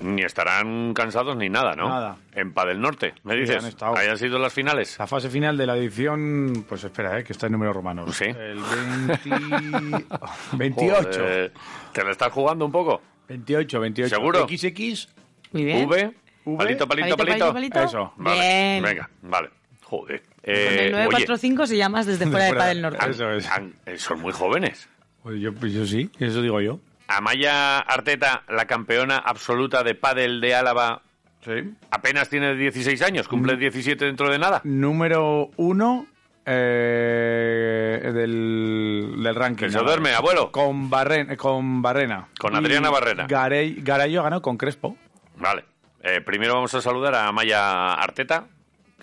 Ni estarán cansados ni nada, ¿no? Nada. En Pa del Norte, me dices. han estado. Hayan sido las finales. La fase final de la edición, pues espera, eh, que está en números romanos. Sí. El 20 28. Joder, ¿Te la estás jugando un poco? 28, 28. ¿Seguro? XX. Muy V, bien. V, palito, palito, palito. palito, palito. Eso. Vale, Bien. venga, vale. Joder. Con Eh, el oye, 945 si llamas desde fuera de fuera. Padel Norte. Ah, Eso es. han- eh, son muy jóvenes. Pues yo, pues yo sí, eso digo yo. Amaya Arteta, la campeona absoluta de pádel de Álava, Sí. apenas tiene 16 años, cumple Mm. 17 dentro de nada. Número uno eh, del, del ranking. Que se Ahora. duerme, abuelo. Con, Barren- con Barrena. Con Adriana Barrena. Garello ganó con Crespo. Vale. Eh, primero vamos a saludar a Amaya Arteta,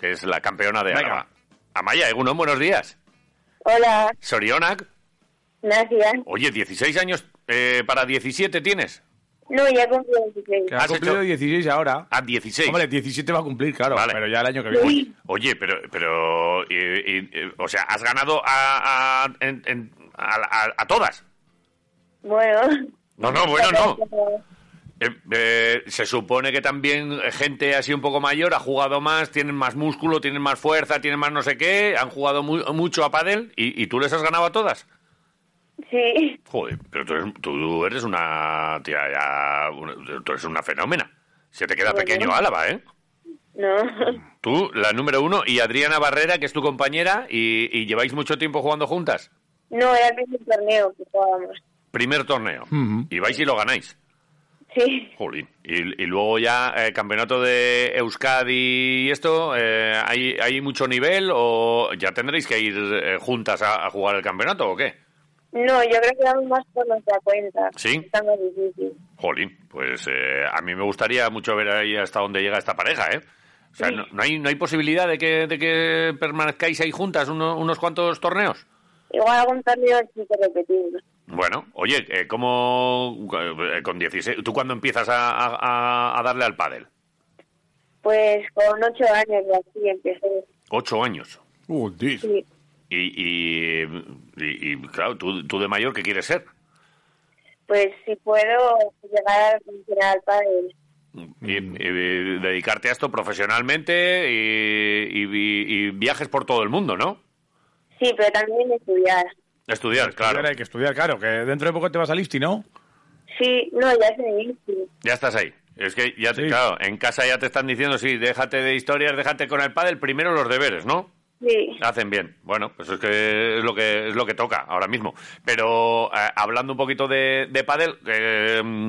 que es la campeona de Venga. Álava. Amaya, Egunon, buenos días. Hola, Sorionak, gracias. oye, 16 años eh, para 17 tienes. No, ya cumplí 16. Que ha ¿Has cumplido hecho? 16 ahora. A 16. Hombre, 17 va a cumplir, claro. Vale. Pero ya el año que viene. Sí. Oye, pero, pero, eh, eh, eh, o sea, has ganado a, a- en- en- a- a- a todas. Bueno. No, no, bueno, no. Eh, eh, se supone que también eh, gente así un poco mayor ha jugado más, tienen más músculo, tienen más fuerza, tienen más no sé qué, han jugado mu- mucho a pádel y, y tú les has ganado a todas. Sí, Joder, pero tú eres, tú eres una tía ya, una- tú eres una fenómena. Se te queda Bueno. pequeño Álava, ¿eh? no. Tú, la número uno, y Adriana Barrera, que es tu compañera, y, y lleváis mucho tiempo jugando juntas. No, era el primer torneo que jugábamos. Primer torneo. Ujú. Y vais y lo ganáis. Sí, Jolín. Y, y luego ya, eh, campeonato de Euskadi y esto, eh, ¿hay, ¿hay mucho nivel o ya tendréis que ir eh, juntas a, a jugar el campeonato o qué? no, yo creo que vamos más por nuestra cuenta. Sí. Está más difícil. Jolín, pues eh, a mí me gustaría mucho ver ahí hasta dónde llega esta pareja, ¿eh? O sea, Sí. no, no hay, ¿no hay posibilidad de que, de que permanezcáis ahí juntas uno- unos cuantos torneos? Igual algún torneo sí que repetimos. Bueno, oye, eh, ¿cómo eh, con 16? ¿Tú cuándo empiezas a, a- a darle al pádel? Pues con ocho años o así empecé. Ocho años. Uh, tío. Sí. Y, y, y- y, claro, tú, tú de mayor, ¿qué quieres ser? Pues si puedo llegar al final para él. Y- y dedicarte a esto profesionalmente y, y- y- y viajes por todo el mundo, ¿no? Sí, pero también estudiar. Estudiar, claro. Ahora Hay que estudiar, claro. Que dentro de poco te vas al IFTI, ¿no? Sí, no, ya es difícil. Ya estás ahí. Es que ya, te- Sí. claro, en casa ya te están diciendo, sí, déjate de historias, déjate con el pádel, primero los deberes, ¿no? Sí. Hacen bien. Bueno, pues es que es lo que es lo que toca ahora mismo. Pero eh, hablando un poquito de, de pádel, eh,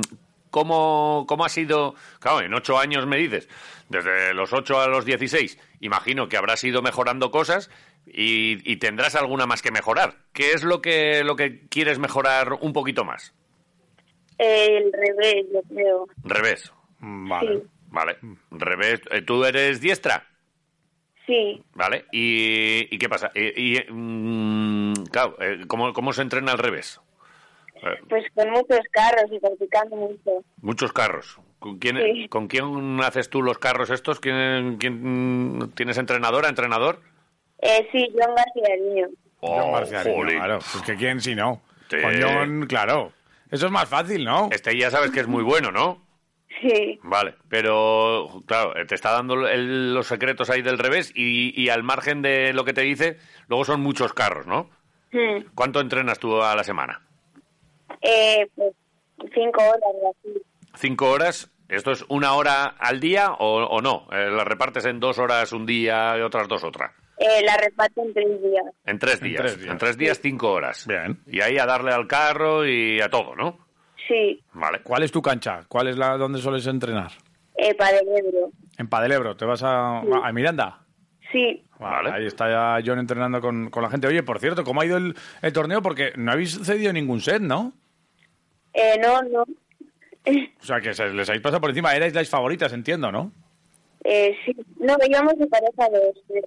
¿cómo, ¿cómo ha sido? Claro, en ocho años me dices, desde los ocho a los dieciséis, imagino que habrás ido mejorando cosas y, y tendrás alguna más que mejorar. ¿Qué es lo que, lo que quieres mejorar un poquito más? El revés, yo creo. Revés. Vale. Sí. Mm, Vale. Revés. Eh, ¿Tú eres diestra? Sí. ¿Vale? ¿Y, y qué pasa? Y, y, mm, claro, eh, ¿cómo, ¿cómo se entrena al revés? Eh, Pues con muchos carros y practicando mucho. muchos carros. ¿Con quién, Sí. ¿Con quién haces tú los carros estos? ¿Quién, quién- ¿Tienes entrenadora, entrenador? Eh, sí, John García Niño. John Oh, García Ariño, jolín. claro. Pues que quién si no. Sí. Con John, claro. Eso es más fácil, ¿no? Este ya sabes que es muy bueno, ¿no? Sí, Vale, pero claro, te está dando el- los secretos ahí del revés y, y al margen de lo que te dice, luego son muchos carros, ¿no? Hmm. ¿Cuánto entrenas tú a la semana? Eh, pues cinco horas o así. ¿Cinco horas? ¿Esto es una hora al día o, o no? Eh, ¿La repartes en dos horas un día y otras dos otra? Eh, la reparto en tres días. En tres En días. En tres tres días. días, cinco horas. Bien. Y ahí a darle al carro y a todo, ¿no? Sí, Vale. ¿Cuál es tu cancha? ¿Cuál es la donde sueles entrenar? eh, para el Ebro. En Padelebro. ¿Te vas a, Sí. a Miranda? Sí, Mm. Vale. Ahí está ya John entrenando con, con la gente. Oye, por cierto, ¿cómo ha ido el, el torneo? Porque no habéis cedido ningún set, ¿no? eh, no, no. O sea, que se- les habéis pasado por encima. Erais las favoritas, entiendo, ¿no? Eh, sí, no, íbamos de pareja los tres.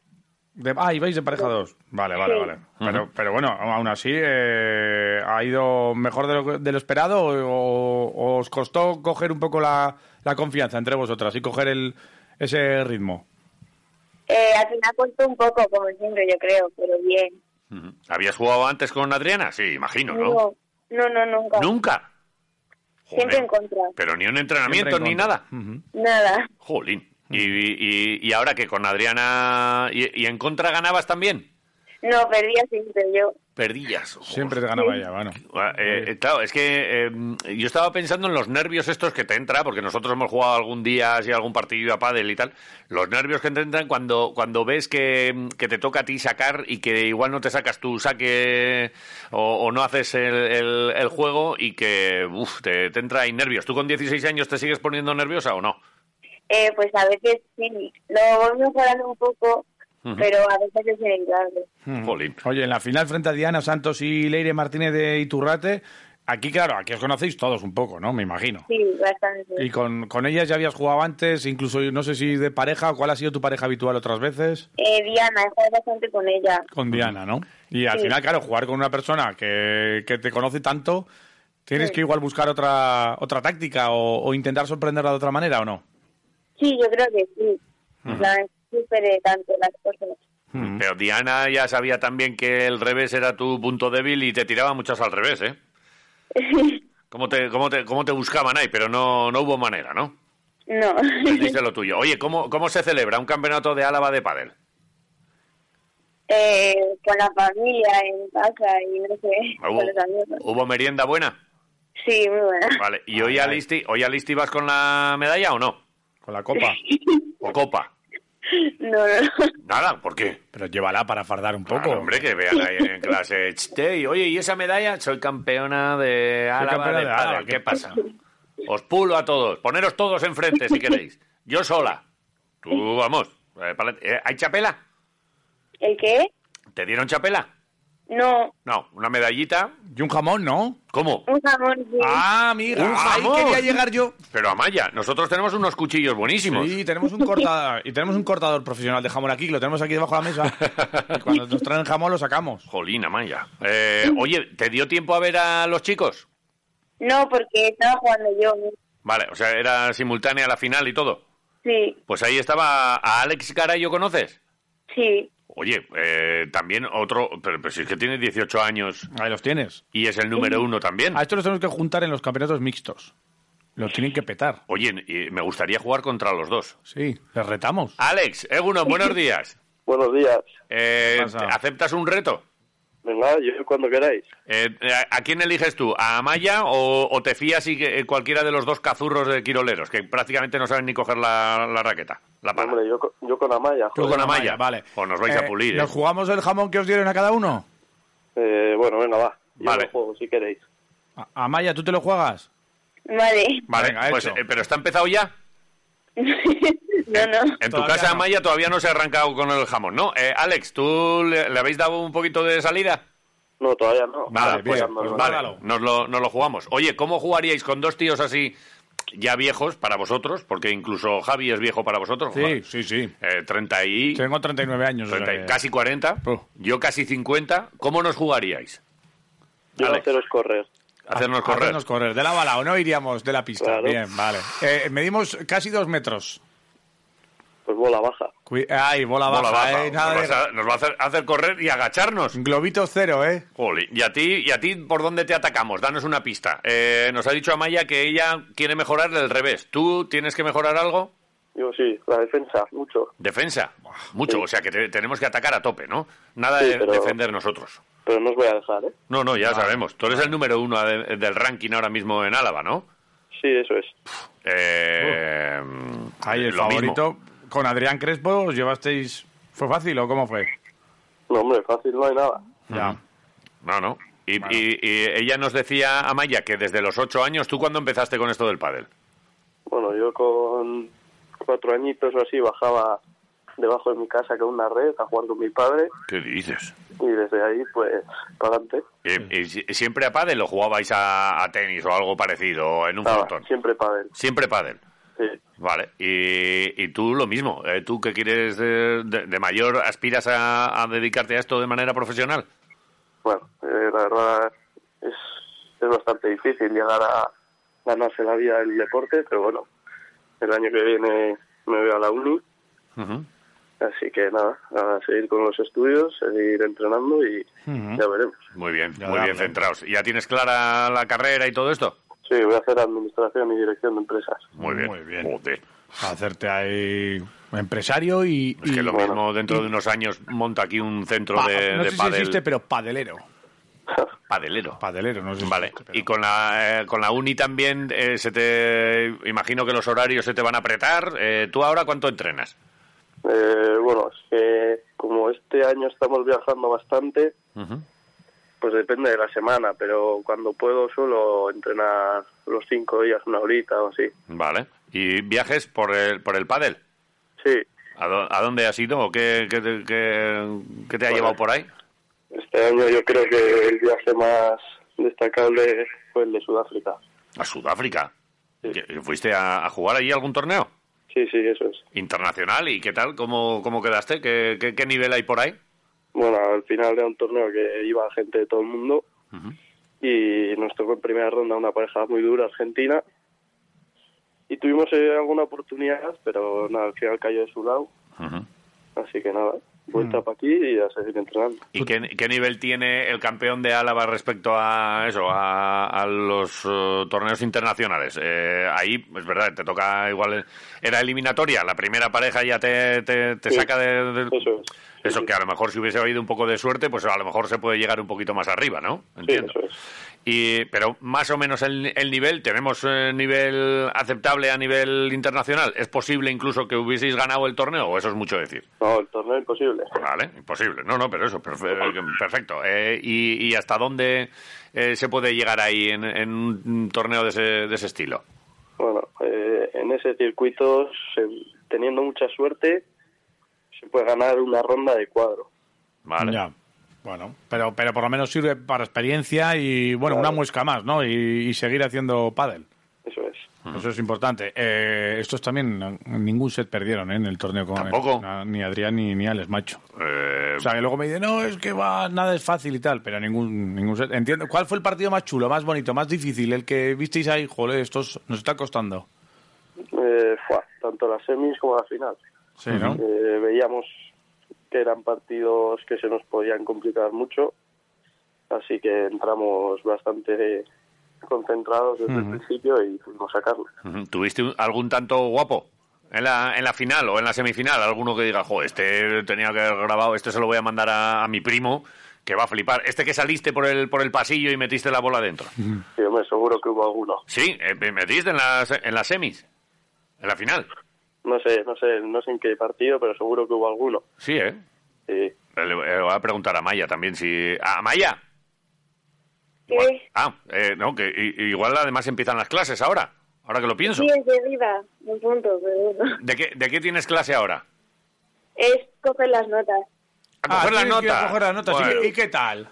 De- ah, ibais de pareja dos. Vale, vale, Sí. vale. Pero, pero bueno, aún así, eh, ¿ha ido mejor de lo, de lo esperado o, o os costó coger un poco la, la confianza entre vosotras y coger el, ese ritmo? Eh, al final costó un poco, como siempre, yo creo, pero bien. Ujú. ¿Habías jugado antes con Adriana? Sí, imagino, ¿no? No, no, no, nunca. ¿Nunca? Siempre en contra. Pero ni un entrenamiento, Siempre en ni contra. nada. Nada. Jolín. Y, y- y- y ahora que con Adriana y, y en contra ganabas también, No, perdía siempre yo. perdías. Joder. Siempre te ganaba ella, bueno. Ah, eh, eh, claro, es que eh, yo estaba pensando en los nervios estos que te entra, porque nosotros hemos jugado algún día así algún partido a pádel y tal, los nervios que te entran cuando, cuando ves que, que te toca a ti sacar y que igual no te sacas tu saque o, o no haces el, el- el juego y que uf, te, te entra ahí nervios. ¿Tú con 16 años te sigues poniendo nerviosa o no? Eh, pues a veces sí, lo voy mejorando un poco, pero a veces es inevitable. Hmm. Jolín. Oye, en la final frente a Diana Santos y Leire Martínez de Iturrate, aquí, claro, aquí os conocéis todos un poco, ¿no? Me imagino. Sí, bastante. Y con, con ellas ya habías jugado antes, incluso no sé si de pareja, o ¿cuál ha sido tu pareja habitual otras veces? Eh, Diana, he estado bastante con ella. Con Diana, ¿no? Y al Sí. final, claro, jugar con una persona que, que te conoce tanto, tienes Sí. que igual buscar otra, otra táctica o, o intentar sorprenderla de otra manera, ¿o no? Sí, yo creo que sí. La superé tanto las cosas. Pero Diana ya sabía también que el revés era tu punto débil y te tiraba muchas al revés, ¿eh? ¿Cómo te, cómo te, cómo te buscaban ahí? Pero no, no hubo manera, ¿no? No. Dice lo tuyo. Oye, ¿cómo, ¿cómo se celebra un campeonato de Álava de pádel? eh, con la familia, en casa y no sé, Ah, ¿Hubo, con Pues los amigos. hubo merienda buena? Sí, muy buena. Ah, Vale. ¿Y hoy a, Ay, ay. Listi, hoy a Listi vas con la medalla o no? Con la copa. ¿O copa? No, no, no. Nada, ¿por qué? Pero llévala para fardar un poco. Claro, hombre, que vean ahí en clase. "Ch, te, y, Oye, ¿y esa medalla? Soy campeona de Álava campeona de de Álava, pádel. ¿qué ¿Qué pasa? Os pulo a todos. Poneros todos enfrente si queréis. Yo sola. Tú, vamos. eh, pa'lante. Eh, ¿Hay chapela? ¿El qué? ¿Te dieron chapela? No, No, una medallita. Y un jamón, ¿no? ¿Cómo? un jamón. sí. Ah, mira, Un ahí jamón. quería llegar yo. Pero Amaya, nosotros tenemos unos cuchillos buenísimos. Sí, tenemos un cortador y tenemos un cortador profesional de jamón aquí, que lo tenemos aquí debajo de la mesa. Y cuando nos traen jamón lo sacamos. Jolín, Amaya. Eh, oye, ¿te dio tiempo a ver a los chicos? No, porque estaba jugando yo. Vale, o sea, era simultánea la final y todo. Sí, Pues ahí estaba a Alex Carayo, ¿conoces? sí. Oye, eh, también otro, pero, pero si es que tiene 18 años Ahí los tienes. y es el número uno también. A esto los tenemos que juntar en los campeonatos mixtos. Los tienen que petar. Oye, y me gustaría jugar contra los dos. Sí, les retamos. Alex, Eguno, buenos días. Buenos días. Eh, ¿Qué pasa? ¿Aceptas un reto? Venga, yo cuando queráis. Eh, ¿a- ¿A quién eliges tú? ¿A Amaya o, o te fías y que- eh, cualquiera de los dos cazurros de Quiroleros, que prácticamente no saben ni coger la, la raqueta? La pala. Hombre, yo, co- yo con Amaya. Tú joder. con Amaya. vale. O nos vais a Eh, pulir, ¿Nos eh. jugamos el jamón que os dieron a cada uno? Eh, bueno, venga, va. Yo Vale. lo juego si queréis. A- Amaya, ¿tú te lo juegas? Vale. Vale, Venga, pues, hecho. eh, pero está empezado ya. no, no. En tu Todavía casa, no. Amaya, todavía no se ha arrancado con el jamón, ¿no? Eh, Alex, ¿tú le, le habéis dado un poquito de salida? No, todavía no. Nada, Estoy bien, jugando, pues ¿no? vale. Vale, nos lo, nos lo jugamos. Oye, ¿cómo jugaríais con dos tíos así ya viejos para vosotros? Porque incluso Javi es viejo para vosotros. Sí, joder. sí, sí. Eh, 30 y... Tengo 39 años. o sea 30 y- que- casi 40, Puh. yo casi 50. ¿Cómo nos jugaríais? Yo Alex. haceros correr. Hacernos correr. Hacernos correr. De la bala o no iríamos de la pista. Claro. Bien, vale. Eh, medimos casi dos metros. Pues bola baja. Cui- Ay, bola baja. Bola baja. eh, nada nos, de- vas a, nos va a hacer, hacer correr y agacharnos. Globito cero, ¿eh? Jolín. ¿Y a ti, y a ti por dónde te atacamos? Danos una pista. Eh, nos ha dicho Amaya que ella quiere mejorar el revés. ¿Tú tienes que mejorar algo? Yo sí, la defensa, mucho. Defensa. Mucho. Sí. O sea que te- tenemos que atacar a tope, ¿no? Nada Sí, de pero- defender nosotros. Pero no os voy a dejar, ¿eh? No, no, ya sabemos. Tú eres el número uno de- del ranking ahora mismo en Álava, ¿no? Sí, eso es. Eh, Ahí el lo mismo. favorito. Con Adrián Crespo os llevasteis... ¿Fue fácil o cómo fue? No, hombre, fácil no hay nada. Ya. No, no. Y, y- y ella nos decía, Amaya, que desde los ocho años, ¿tú cuándo empezaste con esto del pádel? Bueno, yo con cuatro añitos o así bajaba debajo de mi casa con una red a jugar con mi padre ¿Qué dices? y desde ahí, pues, para adelante. ¿Y, si- siempre a pádel o jugabais a, a tenis o algo parecido o en un Nada, frontón? siempre pádel. Siempre pádel. Sí. Vale. Y, y tú lo mismo. Eh, ¿Tú que quieres eh, de, de mayor aspiras a, a dedicarte a esto de manera profesional? Bueno, eh, la verdad es, es bastante difícil llegar a ganarse la vida del deporte, pero bueno, el año que viene me veo a la uni, Ujú. así que nada, a seguir con los estudios, seguir entrenando y ya veremos. Muy bien, Ya muy bien darle. centrados. ¿Ya tienes clara la carrera y todo esto? Sí, voy a hacer administración y dirección de empresas. Muy bien. Muy bien. Joder. Hacerte ahí empresario y. Es que y- lo bueno, mismo dentro de unos años monta aquí un centro pa- de, no de sé si pádel- existe, pero padelero. padelero. Padelero, no sé si Vale, existe, pero- y con la, eh, con la uni también eh, se te imagino que los horarios se te van a apretar. Eh, ¿Tú ahora cuánto entrenas? Eh, bueno, es que como este año estamos viajando bastante, pues depende de la semana, pero cuando puedo suelo entrenar los cinco días, una horita o así. Vale. ¿Y viajes por el, por el pádel? Sí, ¿A, dó- a dónde has ido o qué, qué te- qué- qué te ha Bueno. eh, llevado por ahí? este año yo creo que el viaje más destacable fue el de Sudáfrica. A Sudáfrica. Sí. ¿Que- ¿Fuiste a, a jugar allí algún torneo? Sí, sí, eso es. Internacional, ¿y qué tal? ¿Cómo, cómo quedaste? ¿Qué, qué, qué nivel hay por ahí? Bueno, al final era un torneo que iba gente de todo el mundo y nos tocó en primera ronda una pareja muy dura, argentina. Y tuvimos eh, alguna oportunidad, pero nada, al final cayó de su lado. Así que nada, vuelta para aquí y a seguir entrenando. ¿Y qué, qué nivel tiene el campeón de Álava respecto a eso, a, a los eh, torneos internacionales? Eh, ahí, es verdad, te toca igual, era eliminatoria, la primera pareja ya te, te, te Sí, saca de- del... Eso es. Eso que a lo mejor si hubiese habido un poco de suerte, pues a lo mejor se puede llegar un poquito más arriba, ¿no? Entiendo. eso es. y, pero más o menos el, el nivel, ¿tenemos eh, nivel aceptable a nivel internacional? ¿Es posible incluso que hubieseis ganado el torneo o eso es mucho decir? No, el torneo imposible. Vale, imposible. No, no, pero eso, perfe- perfecto. Eh, y, y hasta dónde eh, se puede llegar ahí en, en un torneo de ese, de ese estilo? Bueno, eh, en ese circuito, se- teniendo mucha suerte, se puede ganar una ronda de cuadro. Vale. Ya. Bueno, pero, pero por lo menos sirve para experiencia y, bueno, Claro. una muesca más, ¿no? Y, y seguir haciendo pádel. Eso es. Eso es importante. Eh, estos también, eh, ningún set perdieron ¿eh? en el torneo con Tampoco. na- ni Adrián ni, ni Alex Macho. Eh, O sea, que luego me dicen, no, es que va, nada es fácil y tal, pero ningún, ningún set. Entiendo. ¿Cuál fue el partido más chulo, más bonito, más difícil? El que visteis ahí, joder, estos nos está costando. Eh, fuá, tanto las semis como la final. Sí, ¿no? Eh, veíamos que eran partidos que se nos podían complicar mucho, así que entramos bastante concentrados desde el principio y pudimos sacarlo. ujú. ¿Tuviste un- algún tanto guapo? En la, en la final o en la semifinal, alguno que diga, jo, este tenía que haber grabado, este se lo voy a mandar a, a mi primo, que va a flipar. Este que saliste por el, por el pasillo y metiste la bola dentro. Y hombre, seguro que hubo alguno. Sí, eh, metiste en las, en las semis, en la final. No sé, no sé, no sé en qué partido, pero seguro que hubo alguno. Sí, ¿eh? Sí. Le, le voy a preguntar a Maya también si... ¡Ah, Maya! Sí, Ah, eh, no, que i- igual además empiezan las clases ahora, ahora que lo pienso. sí, es de viva, un punto, pero bueno. ¿De qué, de qué tienes clase ahora? Es coger las notas. A coger las Ah, tienes que notas. coger las notas. ¿Y Bueno, qué- ¿Y qué tal?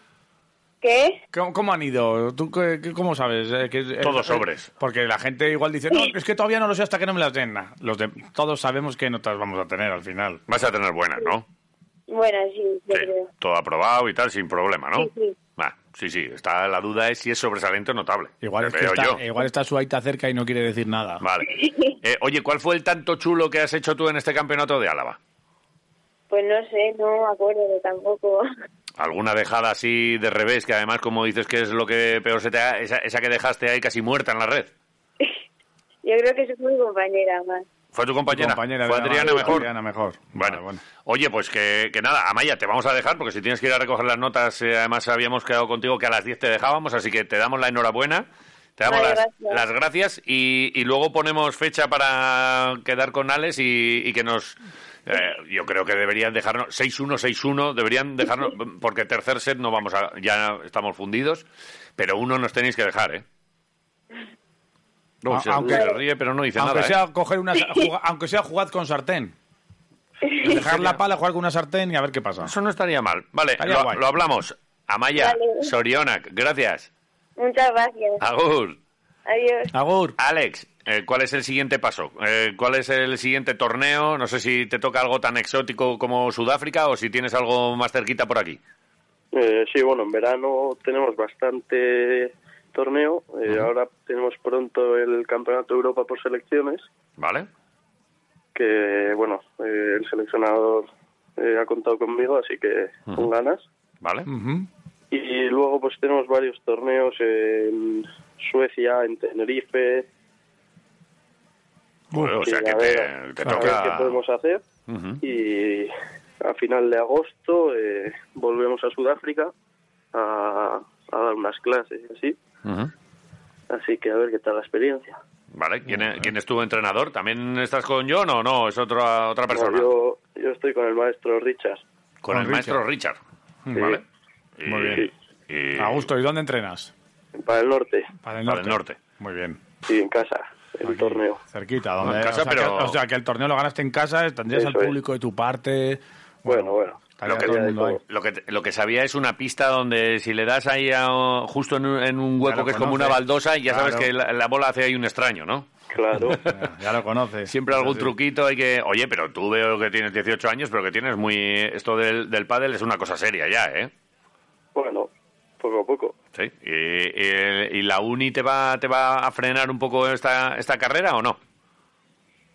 ¿Qué? ¿Cómo, cómo han ido? ¿Tú qué- qué- cómo sabes? eh, que- Todos sobres. Porque la gente igual dice, no, es que todavía no lo sé hasta que no me las den. Nah, Los de, todos sabemos qué notas vamos a tener al final. vas a tener buenas, ¿no? Bueno, sí, yo Sí, creo. todo aprobado y tal, sin problema, ¿no? Sí, sí. Ah, sí, sí, está, la duda es si es sobresaliente o notable. Igual, es que Creo está, yo. igual está su aita cerca y no quiere decir nada. Vale. Eh, oye, ¿cuál fue el tanto chulo que has hecho tú en este campeonato de Álava? Pues no sé, no me acuerdo tampoco. ¿Alguna dejada así de revés, que además, como dices que es lo que peor se te ha... Esa, esa que dejaste ahí casi muerta en la red. Yo creo que soy muy compañera más. ¿Fue tu Tu compañera? compañera ¿Fue de la- Adriana mejor? Adriana mejor. Bueno, Vale, bueno. oye, pues que, que nada, Amaya, te vamos a dejar porque si tienes que ir a recoger las notas, eh, además habíamos quedado contigo que a las 10 te dejábamos, así que te damos la enhorabuena, te damos Vale, las gracias. las gracias y, y luego ponemos fecha para quedar con Alex y, y que nos... eh, yo creo que deberían dejarnos 6-1, 6-1, deberían dejarnos, porque tercer set no vamos a... ya estamos fundidos, pero uno nos tenéis que dejar, ¿eh? No, A- se, Ah, aunque- se ríe, pero no dice aunque, nada. ¿eh? sea coger una, juga- aunque sea jugad con sartén. ¿eh? Dejar la pala, jugar con una sartén y a ver qué pasa. Eso no estaría mal. Vale, Estaría lo, guay. lo hablamos. Amaya, Vale. Sorionak, gracias. Muchas gracias. Ah. Agur, Adiós. Agur. Alex, eh, ¿cuál es el siguiente paso? Eh, ¿Cuál es el siguiente torneo? No sé si te toca algo tan exótico como Sudáfrica o si tienes algo más cerquita por aquí. Eh, sí, bueno, en verano tenemos bastante torneo. eh, Ahora tenemos pronto el Campeonato de Europa por selecciones, ¿Vale? que bueno, eh, el seleccionador eh, ha contado conmigo, así que con ganas. Mm. ¿Vale? Ujú. Y luego pues tenemos varios torneos en Suecia, en Tenerife. Bueno, o Sí, sea que a te, ver, te a ver toca. qué podemos hacer. Ujú. Y a final de agosto eh, volvemos a Sudáfrica a, a dar unas clases y así. Ujú. Así que a ver qué tal la experiencia. Vale, ¿Quién, es- quién es tu entrenador? ¿También estás con John o no? ¿Es otra, otra persona? Yo, yo estoy con el maestro Richard. Con, Con el maestro Richard. Sí. Vale. Muy bien. y- A gusto, ¿y dónde entrenas? Para el norte, Para el Para norte. el norte. Muy bien. sí, en casa, el Aquí, torneo. Cerquita, donde, en casa, o, sea pero- que, o sea, que el torneo lo ganaste en casa, tendrías Eso al es. público de tu parte. Bueno, bueno. estaría Lo que- todo el mundo ahí. Lo que, lo que sabía es una pista donde si le das ahí a- justo en un, en un hueco lo que es como conoce. una baldosa, ya sabes Claro. que la, la bola hace ahí un extraño, ¿no? Claro. Ya, ya lo conoces. Siempre Es algún así. truquito hay que... Oye, pero tú veo que tienes 18 años, pero que tienes muy... Esto del, del pádel es una cosa seria ya, ¿eh? bueno, poco a poco. Sí. ¿Y, y- y la uni te va, te va a frenar un poco esta, esta carrera o no?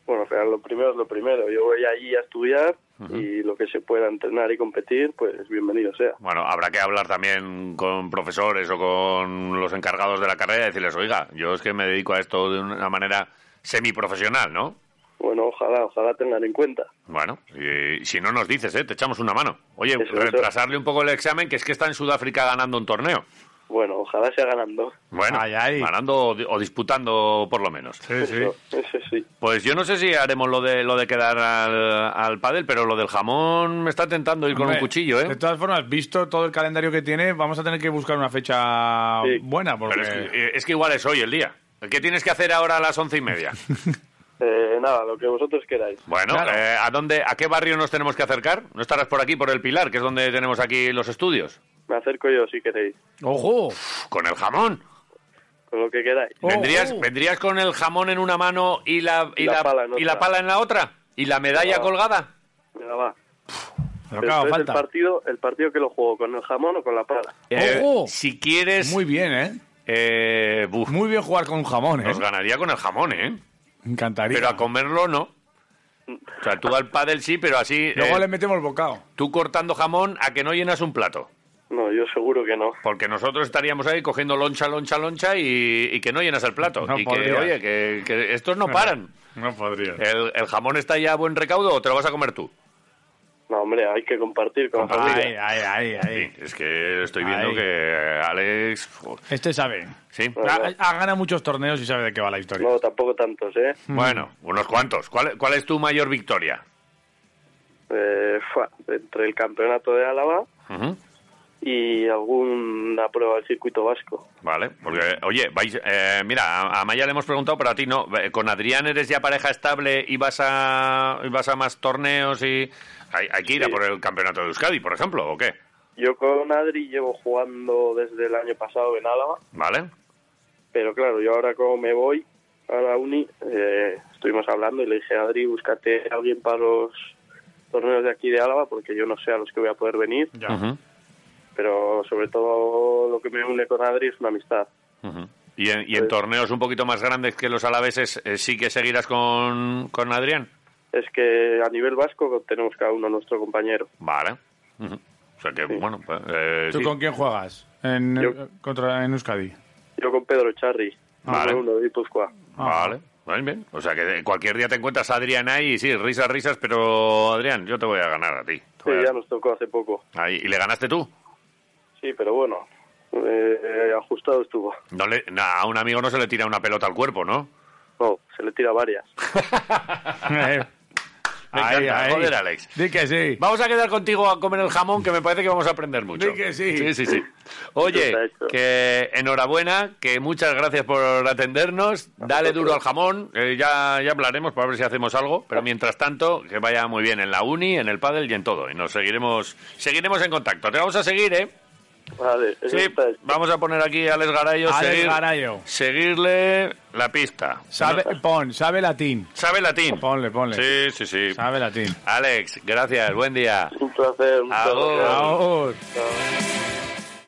Bueno, claro, lo primero es lo primero. Yo voy allí a estudiar y lo que se pueda entrenar y competir, pues bienvenido sea. Bueno, habrá que hablar también con profesores o con los encargados de la carrera y decirles, oiga, yo es que me dedico a esto de una manera semiprofesional, ¿no? Bueno, ojalá, ojalá tengan en cuenta. Bueno, y si no nos dices, ¿eh? te echamos una mano. Oye, Eso, eso. retrasarle un poco el examen, que es que está en Sudáfrica ganando un torneo. Bueno, ojalá sea ganando. Bueno, Ay, ay. ganando o di- o disputando por lo menos. Sí, sí. Eso, eso sí. Pues yo no sé si haremos lo de lo de quedar al, al pádel, pero lo del jamón me está tentando ir con un Hombre, cuchillo, ¿eh? De todas formas, visto todo el calendario que tiene, vamos a tener que buscar una fecha Sí. buena. Porque... Pero es, que, eh, es que igual es hoy el día. ¿Qué tienes que hacer ahora a las once y media? Eh, nada, lo que vosotros queráis. Bueno, Claro. eh, ¿a dónde, a qué barrio nos tenemos que acercar? ¿No estarás por aquí, por el Pilar, que es donde tenemos aquí los estudios? Me acerco yo si queréis, ¡Ojo! Pf, Con el jamón. con lo que queráis. Oh, ¿Vendrías, oh. vendrías con el jamón en una mano y la, y Y la la- pala en y la otra. pala en la otra? ¿Y la medalla Ah. colgada? Oh, Venga, va. Lo que Pero haga entonces el falta. partido, el partido que lo juego, ¿con el jamón o con la pala? Eh, ¡Ojo! si quieres... oh. Muy bien, ¿eh? eh, buf, Muy bien jugar con un jamón, ¿eh? nos ganaría con el jamón, ¿eh? Me encantaría. Pero a comerlo no. O sea, tú al pádel sí, pero así... Luego eh, le metemos bocado. Tú cortando jamón a que no llenas un plato. No, yo seguro que no. Porque nosotros estaríamos ahí cogiendo loncha, loncha, loncha y, y que no llenas el plato. No y que, podrías. oye, que, que estos no paran. Eh, No podría. ¿El, el jamón está ya a buen recaudo o te lo vas a comer tú? No, hombre, hay que compartir Ah, con la Compartir. Ay, familia. ay, ay, Sí, ay. es que estoy viendo Ay. que Alex... jo, Este sabe. Sí. Bueno. Ha, ha ganado muchos torneos y sabe de qué va la historia. No, tampoco tantos, ¿eh? Bueno, unos cuantos. ¿Cuál, cuál es tu mayor victoria? Eh, fua, entre el campeonato de Álava Ujú, y alguna prueba del circuito vasco. Vale, porque, oye, vais, eh, mira, a, a Maya le hemos preguntado, pero a ti no. Eh, Con Adrián eres ya pareja estable y vas a, y vas a más torneos y... Hay, hay que ir a Sí. por el campeonato de Euskadi, por ejemplo, ¿o qué? Yo con Adri llevo jugando desde el año pasado en Álava, ¿Vale? pero claro, yo ahora como me voy a la uni, eh, estuvimos hablando y le dije a Adri, búscate a alguien para los torneos de aquí de Álava, porque yo no sé a los que voy a poder venir, Ya. Ujú, pero sobre todo lo que me une con Adri es una amistad. ujú. Y en, y en torneos un poquito más grandes que los alaveses, eh, ¿sí que seguirás con, con Adrián? Es que a nivel vasco tenemos cada uno nuestro compañero. Vale. Ujú. O sea que, bueno, pues, eh, ¿Tú sí. con quién juegas? En, Yo- contra, en Euskadi. Yo con Pedro Charri, Vale. número uno de Guipúzcoa. Ah. Ah. Vale. Bien, bien. O sea que cualquier día te encuentras a Adrián ahí y sí, risas, risas, pero Adrián, yo te voy a ganar a ti. Te Sí, voy a- ya nos tocó hace poco. Ahí. ¿Y le ganaste tú? Sí, pero bueno, eh, ajustado estuvo. No le, na, a un amigo no se le tira una pelota al cuerpo, ¿no? No, Oh, se le tira varias. Me encanta. Joder, Alex. Di que sí. Vamos a quedar contigo a comer el jamón, que me parece que vamos a aprender mucho. Sí que sí. Sí, sí, sí. Oye, Perfecto. que enhorabuena, que muchas gracias por atendernos. Dale vosotros. duro al jamón, eh, ya, ya hablaremos para ver si hacemos algo. Pero mientras tanto, que vaya muy bien en la uni, en el pádel y en todo. Y nos seguiremos, seguiremos en contacto. Te vamos a seguir, ¿eh? Vale, eso Sí, está hecho. vamos a poner aquí a Alex Garayo. Alex seguir- Garayo. Seguirle la pista. Sabe, pon, sabe latín. ¿Sabe latín? Ponle, ponle. Sí, sí, sí. Sabe latín. Alex, gracias, buen día. Un placer. muchas Agur. gracias. Ahora. Chao.